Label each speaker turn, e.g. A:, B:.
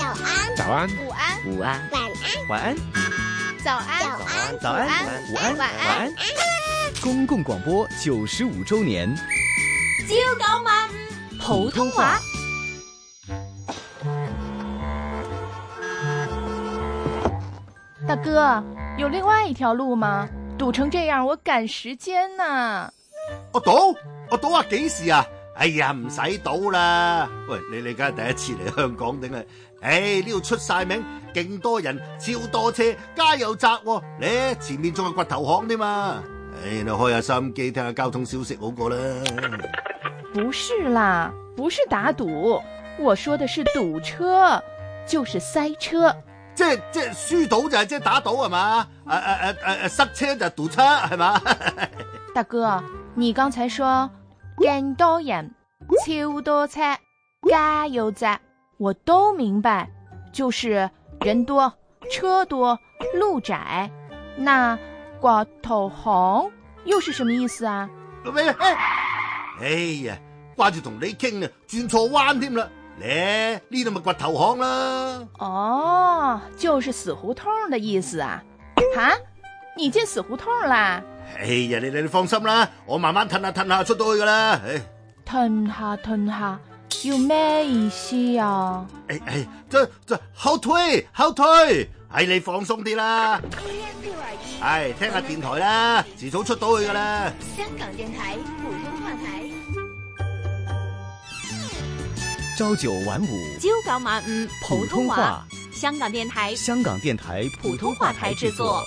A: 安，
B: 午安，
C: 午
D: 晚
C: 安，
D: 安，
C: 晚安，
B: 早安，
D: 早安
C: 早安，午安，
B: 晚安
C: 安。公共广播九十五周年，
B: 朝九晚五普通话。
E: 大哥，有另外一条路吗？堵成这样，我赶时间呢。
F: 我賭，我賭下幾時啊？哎呀，唔使賭啦！喂，你你梗係第一次嚟香港定係？唉，呢度出晒名，勁多人，超多車，街又窄喎、咧前面仲有掘頭巷添嘛！唉，你開下收音機聽下交通消息好過啦。
E: 不是啦，不是打赌，我说的是堵车，就是塞车。
F: 即係即係輸賭就係即係打賭係嘛？啊誒誒誒誒誒塞車就堵車係嘛？
E: 大哥，你刚才说更多人、超多车、加油站，我都明白，就是人多、车多、路窄。那刮头红又是什么意思啊？
F: 喂，哎呀，掛住同你傾啊，轉錯彎添啦！咧呢度咪掘頭巷啦。
E: 哦，就是死胡同的意思啊！哈，你进死胡同啦？
F: 哎呀，你你你放心啦，我慢慢褪下褪下出到去噶啦。哎唉
E: 吞下吞下，有咩意思啊？
F: 唉唉，这这哎后退后退，唉你放松啲啦，
B: 六二一
F: 唉聽下電台啦，遲早出到去噶啦。
B: 香港电台普通话台，
C: 朝九晚五，
B: 朝九晚五
C: 普通话，
B: 香港电台
C: 香港电台普通话台制作。